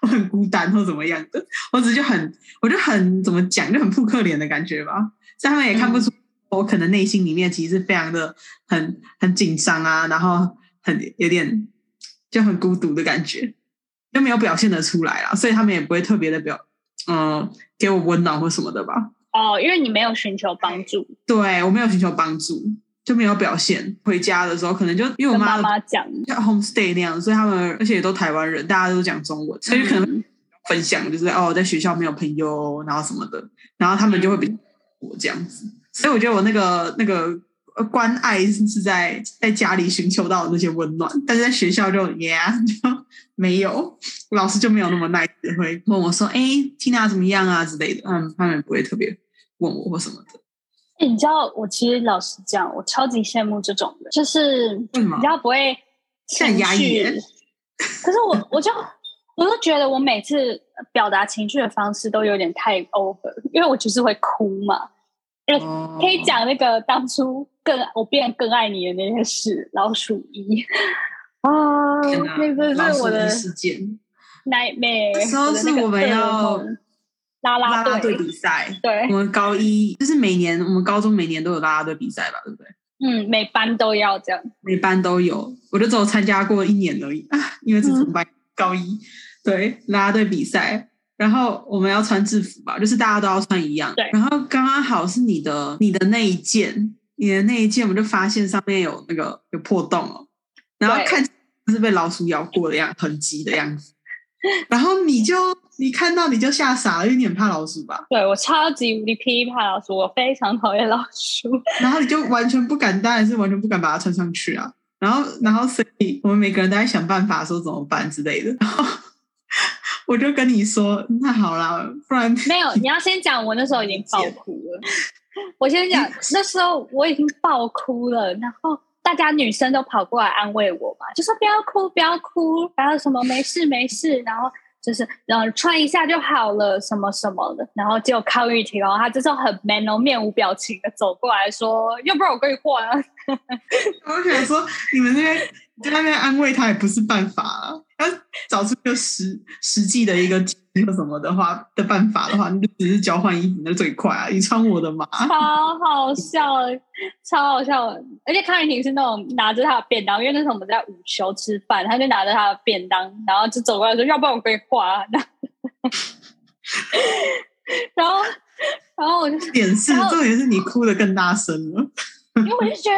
S2: 我很孤单或怎么样的，我只是就很我就很怎么讲就很扑克脸的感觉吧，所以他们也看不出我可能内心里面其实是非常的很很紧张啊，然后很有点就很孤独的感觉，就没有表现的出来啦，所以他们也不会特别的表嗯、给我温暖或什么的吧，
S1: 哦，因为你没有寻求帮助，
S2: 对我没有寻求帮助，就没有表现。回家的时候，可能就因为我
S1: 跟妈
S2: 妈的
S1: 妈讲，
S2: 像 homestay 那样，所以他们而且也都台湾人，大家都讲中文，所以可能
S1: 嗯
S2: 分享就是哦，在学校没有朋友，然后什么的，然后他们就会
S1: 嗯
S2: 比我这样子。所以我觉得我那个那个呃关爱是在在家里寻求到的那些温暖，但是在学校就 yeah [laughs] 就没有，老师就没有那么 nice，会问我说，哎，Tina 怎么样啊之类的，嗯，他们也不会特别问我或什么的，
S1: 欸你知道，我其实老实讲，我超级羡慕这种人，就是
S2: 为什么
S1: 比？较不会情
S2: 很压抑
S1: 绪
S2: 耶。
S1: 可是我，我就我就觉得我每次表达情绪的方式都有点太 over，因为我就是会哭嘛。
S2: 哦
S1: 可以讲那个当初更我变更爱你的那件事，老鼠一啊，
S2: 天哪
S1: 那个
S2: 老
S1: 是
S2: 鼠
S1: 我
S2: 的
S1: 的
S2: 事件，
S1: nightmare。
S2: 那时候
S1: 的
S2: 是
S1: 那个
S2: 我们
S1: 噩
S2: 要
S1: 梦啦
S2: 啦
S1: 啦
S2: 啦队比赛。
S1: 对
S2: 我，们高一就是每年，我们高中每年都有啦啦队比赛吧，对不对？
S1: 嗯，每班都要这样。
S2: 每班都有，我就只有参加过一年而已啊，因为是
S1: 嗯
S2: 同班、高一，对啦啦队比赛，然后我们要穿制服吧，就是大家都要穿一样。
S1: 对
S2: 然后刚刚好是你的你的那一件，你的那一件，我就发现上面有那个有破洞哦，然后
S1: 对
S2: 看起来是被老鼠咬过的样痕迹的样子，然后你就你看到你就吓傻了，因为你很怕老鼠吧，
S1: 对我超级无敌噼里啪啦老鼠，我非常讨厌老鼠。
S2: 然后你就完全不敢，当然是完全不敢把它穿上去啊。然后，然后，所以我们每个人都在想办法说怎么办之类的。然后我就跟你说，那好啦，不然
S1: 没有，你要先讲，我那时候已经爆哭了。我先讲，那时候我已经爆哭了，然后大家女生都跑过来安慰我嘛，就说不要哭，不要哭，然后什么没事没事，然后就是然后穿一下就好了，什么什么的。然后结果康玉婷哦，她这时候很 man 哦，面无表情的走过来说，要不然我跟你换啊。
S2: 我想说，你们那边在那边安慰他也不是办法啊，要找出一个实实际的一个一个什么的话的办法的话，你就只是交换衣服那最快啊，你穿我的嘛。
S1: 超好笑的，超好笑的！而且康雨婷是那种拿着他的便当，因为那时候我们在午休吃饭，他就拿着他的便当，然后就走过来说：“要不然我给你画啊。然后” [laughs] 然后，然后我就
S2: 点是
S1: 然后
S2: 重点是你哭的更大声了，
S1: 因为我就觉得，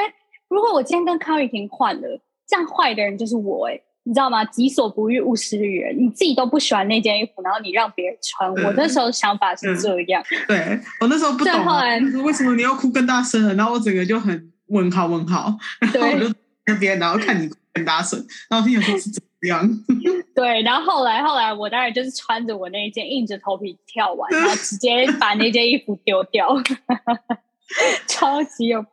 S1: 如果我今天跟康雨婷换了，这样坏的人就是我哎、你知道吗？己所不欲，勿施于人。你自己都不喜欢那件衣服，然后你让别人穿，我
S2: 嗯
S1: 那时候想法是
S2: 嗯
S1: 这样。
S2: 对我那时候不懂、
S1: 对后
S2: 啊，
S1: 来
S2: 我说为什么你要哭更大声了？然后我整个就很问号问号，然后我就在那边，然后看你哭更大声，然后我心想说是怎么样？ [laughs]
S1: 对，然后后来后来，我当然就是穿着我那一件，硬着头皮跳完，
S2: 嗯
S1: 然后直接把那件衣服丢掉， [laughs] 超级有。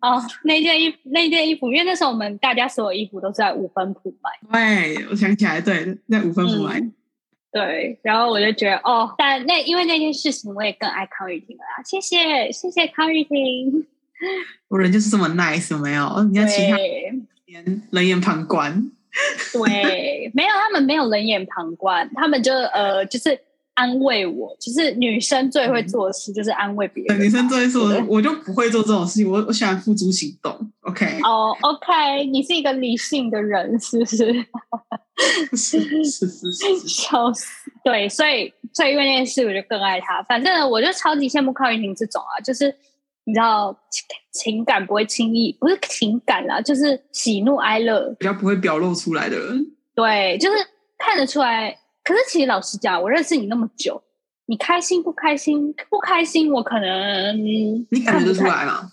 S1: 哦，那件衣那件衣服，因为那时候我们大家所有衣服都是在五分铺买，
S2: 对，我想起来，对，在五分不买，
S1: 嗯，对，然后我就觉得哦，但那因为那件事情，我也更爱康玉婷了啦，谢谢谢谢康玉婷，
S2: 我人就是这么 nice，有没有？人家其他
S1: 对，
S2: 人冷眼旁观，
S1: 对，没有，他们没有冷眼旁观，他们就呃，就是安慰我，就是女生最会做的事就是安慰别人。
S2: 女生做一做
S1: 对，
S2: 我就不会做这种事情，我我喜欢付诸行动。OK，
S1: [laughs] 哦、o k 你是一个理性的人，是不是？ [laughs]
S2: 是是是是是，
S1: 笑死！对，所以所以因为那件事，我就更爱他。反正我就超级羡慕邝云婷这种啊，就是你知道情情感不会轻易，不是情感啦，就是喜怒哀乐，
S2: 比较不会表露出来的人，
S1: 对，就是看得出来。可是其实老实讲，我认识你那么久，你开心不开心？不开心，我可能
S2: 你
S1: 看
S2: 感觉
S1: 不
S2: 得出
S1: 太
S2: 来吗？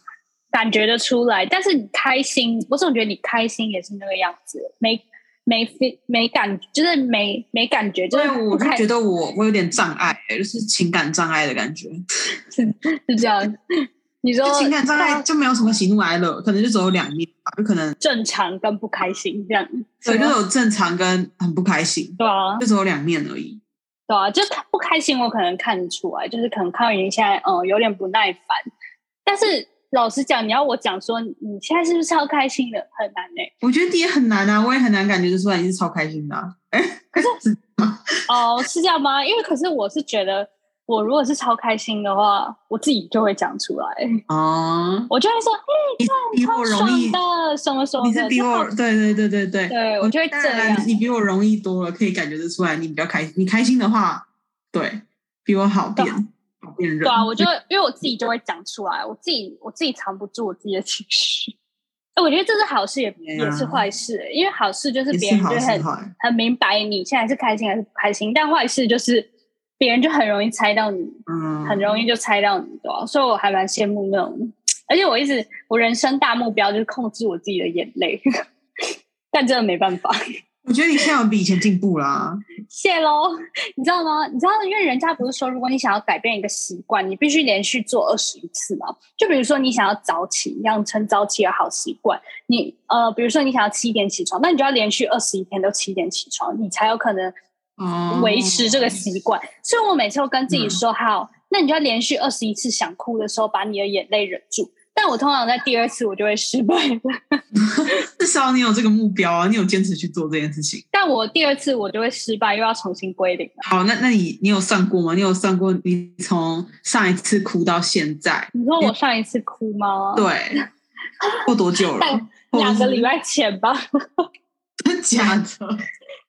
S1: 感觉得出来。但是你开心，我总觉得你开心也是那个样子，没没 feel 没感，就是没没感觉，就
S2: 所以
S1: 是
S2: 啊
S1: 不
S2: 我就
S1: 开
S2: 觉得我我有点障碍、就是情感障碍的感觉。
S1: 是这样。你说
S2: 就情感障碍
S1: 到
S2: 就没有什么喜怒哀乐，可能就只有两面吧，就可能
S1: 正常跟不开心这样，
S2: 对，
S1: 是
S2: 就
S1: 吗
S2: 是有正常跟很不开心，
S1: 对啊，
S2: 就只有两面而已。
S1: 对啊，就不开心我可能看得出来，就是可能康云现在嗯有点不耐烦，但是老实讲，你要我讲说你现在是不是超开心的，很难呢、欸
S2: 我觉得你也很难啊，我也很难感觉得出来你是超开心的、啊。哎、是
S1: 哦，是这样吗？因为可是我是觉得，我如果是超开心的话，我自己就会讲出来，
S2: 哦，
S1: 我就会说，嗯，
S2: 比
S1: 超
S2: 我容易
S1: 爽，的，什么什么
S2: 你
S1: 的，
S2: 是比
S1: 就好
S2: 我对对对对对，
S1: 对我就会
S2: 当
S1: 这
S2: 然
S1: 样
S2: 啦，你比我容易多了，可以感觉得出来你比较开心。你开心的话，对比我好
S1: 对
S2: 变好辨认。
S1: 对啊，我就因为我自己就会讲出来，我自己我自己藏不住我自己的情绪。 [laughs] 哎，我觉得这是好事也，也
S2: 对啊
S1: 是坏事、欸因为好事就是
S2: 也
S1: 别
S2: 是
S1: 人就
S2: 好
S1: 会
S2: 是
S1: 很
S2: 坏，
S1: 很明白你现在是开心还是不开心，但坏事就是别人就很容易猜到你，
S2: 嗯，
S1: 很容易就猜到你，对啊？所以我还蛮羡慕那种，而且我一直我人生大目标就是控制我自己的眼泪， [laughs] 但真的没办法。
S2: 我觉得你现在有比以前进步啦。
S1: 谢喽，你知道吗？你知道，因为人家不是说，如果你想要改变一个习惯，你必须连续做二十一次嘛。就比如说，你想要早起，养成早起的好习惯，你呃，比如说你想要七点起床，那你就要连续二十一天都七点起床，你才有可能
S2: 哦，嗯
S1: 维持这个习惯。所以我每次都跟自己说，好，那你就要连续二十一次想哭的时候，把你的眼泪忍住。但我通常在第二次我就会失败了，
S2: 至少你有这个目标啊，你有坚持去做这件事情。
S1: 但我第二次我就会失败，又要重新归零了。
S2: 好，那那你你有算过吗？你有算过你从上一次哭到现在，
S1: 你说我上一次哭吗？
S2: 嗯对，过多久了
S1: 但？
S2: 或者
S1: 两
S2: 是
S1: 个礼，拜前吧，
S2: 真 [laughs] 假的？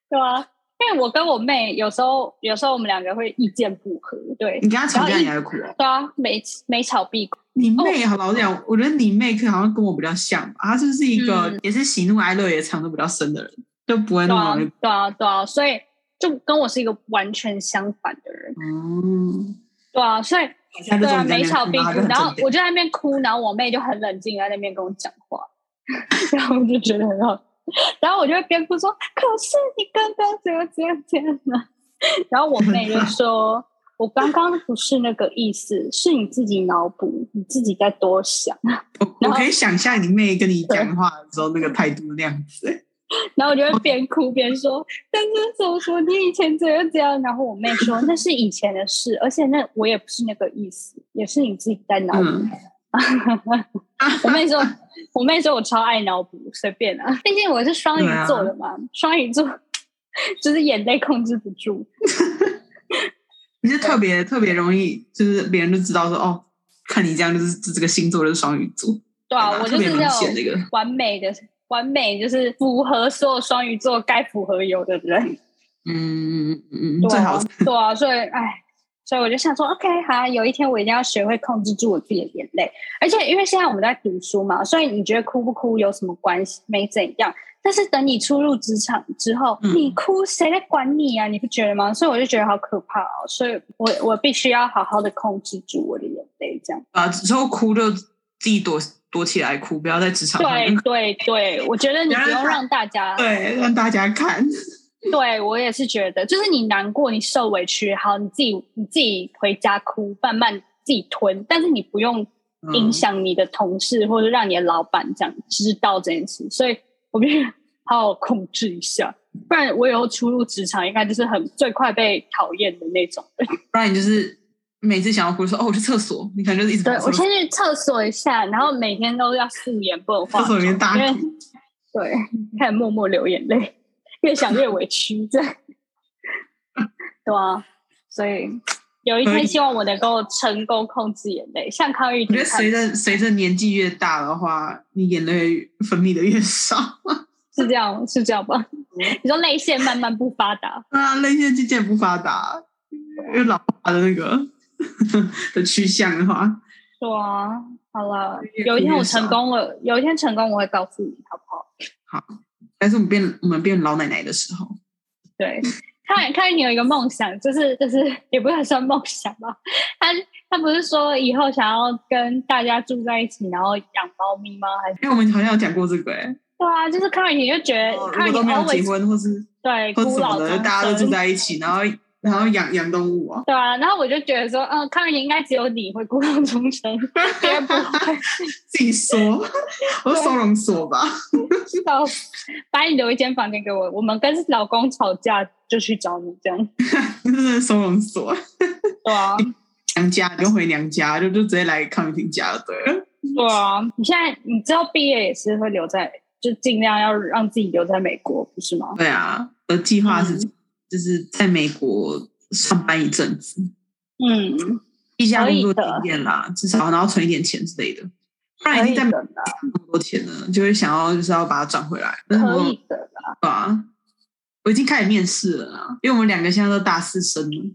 S1: 对啊，因为我跟我妹有时候，有时候我们两个会意见不合，对，
S2: 你跟他吵
S1: 然
S2: 架
S1: 后一哦
S2: 你还会哭哦？
S1: 对啊，每每吵必哭，
S2: 你妹好老实讲，我觉得你妹可好像跟我比较像吧，她就是一个
S1: 嗯
S2: 也是喜怒哀乐也藏得比较深的人，就不会
S1: 对
S2: 那么
S1: 啊
S2: 容易。，
S1: 对啊，对啊，所以就跟我是一个完全相反的人，
S2: 哦，
S1: 对啊，所以
S2: 现在就
S1: 对
S2: 说
S1: 啊，
S2: 你
S1: 每
S2: 在那边
S1: 吵
S2: 哭
S1: 必
S2: 然后
S1: 哭，
S2: 就很
S1: 然后
S2: 正点
S1: 我就在那边哭，然后我妹就很冷静在那边跟我讲话， [laughs] 然后我就觉得很好，然后我就会边哭说，可是你刚刚怎么怎么怎样呢？ [laughs] 然后我妹就说。我刚刚不是那个意思，是你自己脑补，你自己在多想。 [laughs]
S2: 我我可以想象你妹跟你讲话的时候那个态度那样子、欸
S1: 然后我就会边哭边说：“但是怎么说你以前怎样怎样？”然后我妹说：“那是以前的事，而且那我也不是那个意思，也是你自己在脑补。
S2: 嗯，
S1: 我妹说：“我妹说我超爱脑补，随便啊，毕竟我是双鱼座的嘛，双鱼座 [laughs] 就是眼泪控制不住。
S2: 你是特别特别容易，就是别人就知道说哦，看你这样就是这这个星座就是双鱼座，
S1: 对啊，
S2: 吧
S1: 我
S2: 特
S1: 就
S2: 别
S1: 是
S2: 明
S1: 那
S2: 显
S1: 种
S2: 这个。
S1: 完美的、完美就是符合所有双鱼座该符合有的人。”
S2: 嗯嗯嗯嗯，
S1: 对
S2: 最
S1: 啊
S2: 好是，
S1: 对啊，所以哎，所以我就想说，OK，好，有一天我一定要学会控制住我自己的眼泪。而且因为现在我们在读书嘛，所以你觉得哭不哭有什么关系？没怎样。但是等你初入职场之后，
S2: 嗯
S1: 你哭谁在管你啊？你不觉得吗？所以我就觉得好可怕哦。所以我我必须要好好的控制住我的眼泪，这样。
S2: 啊，之后哭就自己躲躲起来哭，不要在职场上
S1: 对对对，我觉得你不
S2: 嗯原来
S1: 用
S2: 他
S1: 让大家
S2: [laughs] 对让大家看。
S1: 对我也是觉得，就是你难过，你受委屈，好，你自己你自己回家哭，慢慢自己吞，但是你不用
S2: 嗯
S1: [laughs] 影响你的同事、或者让你的老板这样知道这件事，所以我必须 [laughs] 好好控制一下，不然我以后初入职场应该就是很最快被讨厌的那种。
S2: 嗯不然你就是每次想要哭说哦，我去厕所，你可能就是一直
S1: 对
S2: 跑
S1: 我
S2: 厕所
S1: 先去厕所一下，然后每天都要素颜不能化
S2: 厕
S1: 妆 [laughs]
S2: 所里面大
S1: 因为
S2: 哭。
S1: 对，开始默默流眼泪。越想越委屈，这样对啊，所以有一
S2: 可以
S1: 天希望我能够成功控制眼泪，像康玉
S2: 我
S1: 婷
S2: 觉得
S1: 看
S2: 随着随着年纪越大的话，你眼泪分泌的越少，
S1: 是这样是这样吧？
S2: 嗯
S1: [laughs] 你说泪腺慢慢不发达，
S2: [laughs] 对啊，泪腺渐渐不发达，有老化的那个 [laughs] 的趋向的话，
S1: 对啊，好了，
S2: 越
S1: 有一天
S2: 哭越
S1: 我成
S2: 少
S1: 功了，有一天成功我会告诉你，好不好？
S2: 但是我们变我们变老奶奶的时候，嗯
S1: 对，看看你有一个梦想，就是就是也不是算梦想吧，他他不是说以后想要跟大家住在一起，然后养猫咪吗？还是
S2: 因为我们好像有讲过这个哎、
S1: 对啊，就是看你就觉
S2: 然
S1: 得
S2: 后哦如
S1: 看
S2: 果
S1: 你
S2: 都没有结
S1: always
S2: 婚或是
S1: 对
S2: 或是
S1: 孤
S2: 什么
S1: 老
S2: 的，
S1: 终
S2: 大家都住
S1: 生。
S2: 在一起，然后然后养养动物哦、
S1: 对啊，然后我就觉得说，嗯，康妮应该只有你会孤老终生，别人不会。
S2: 自己说， [laughs] 我说收容所吧， [laughs]
S1: 到把你留一间房间给我，我们跟老公吵架就去找你这样。
S2: 真的是收容所，
S1: 对啊，
S2: 娘家你就回娘家，就就直接来康雨婷家了，对了。
S1: 对啊，你现在你知道毕业也是会留在，就尽量要让自己留在美国，不是吗？
S2: 对啊，我的计划是、
S1: 嗯
S2: 就是在美国上班一阵子，
S1: 嗯，
S2: 一下
S1: 可以
S2: 工作
S1: 的
S2: 经验啦，至少然后存一点钱之类的，不然已
S1: 可以
S2: 经在
S1: 的
S2: 美
S1: 啦，
S2: 国那么多钱了，就会想要就是要把它转回来。但是
S1: 可
S2: 我
S1: 以的啦。
S2: 对啊，我已经开始面试了啦，因为我们两个现在都大四生了，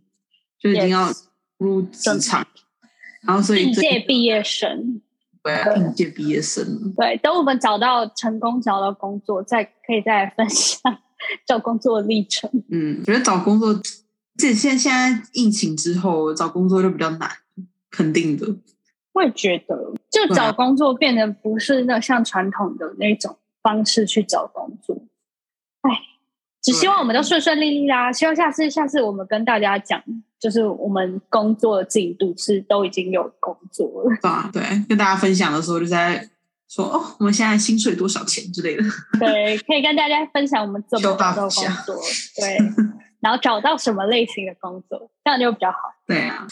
S2: 就已经
S1: Yes
S2: 要入职场，然后所以
S1: 应
S2: 最
S1: 届毕业生，
S2: 对啊应届毕业生了。
S1: 对，等我们找到成功找到工作，再可以再来分享 [laughs] 找工作的历程。
S2: 嗯，觉得找工作，这现现在疫情之后找工作就比较难，肯定的。
S1: 我也觉得，就
S2: 对啊
S1: 找工作变得不是那像传统的那种方式去找工作。哎，只希望我们都顺顺利利啦。希望下次下次我们跟大家讲，就是我们工作的进度是都已经有工作 [laughs] 了。
S2: 对啊，对，跟大家分享的时候就在说哦，我们现在薪水多少钱之类的。
S1: 对，可以跟大家分享我们怎么
S2: 就
S1: 找
S2: 大
S1: 到工
S2: 家
S1: [laughs] 作，对，然后找到什么类型的工作，这样就比较好。
S2: 对啊，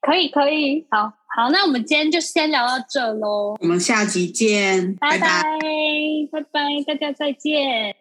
S1: 可以，可以，好好，那我们今天就先聊到这喽，
S2: 我们下集见，
S1: 拜
S2: 拜
S1: 拜，拜拜，大家再见。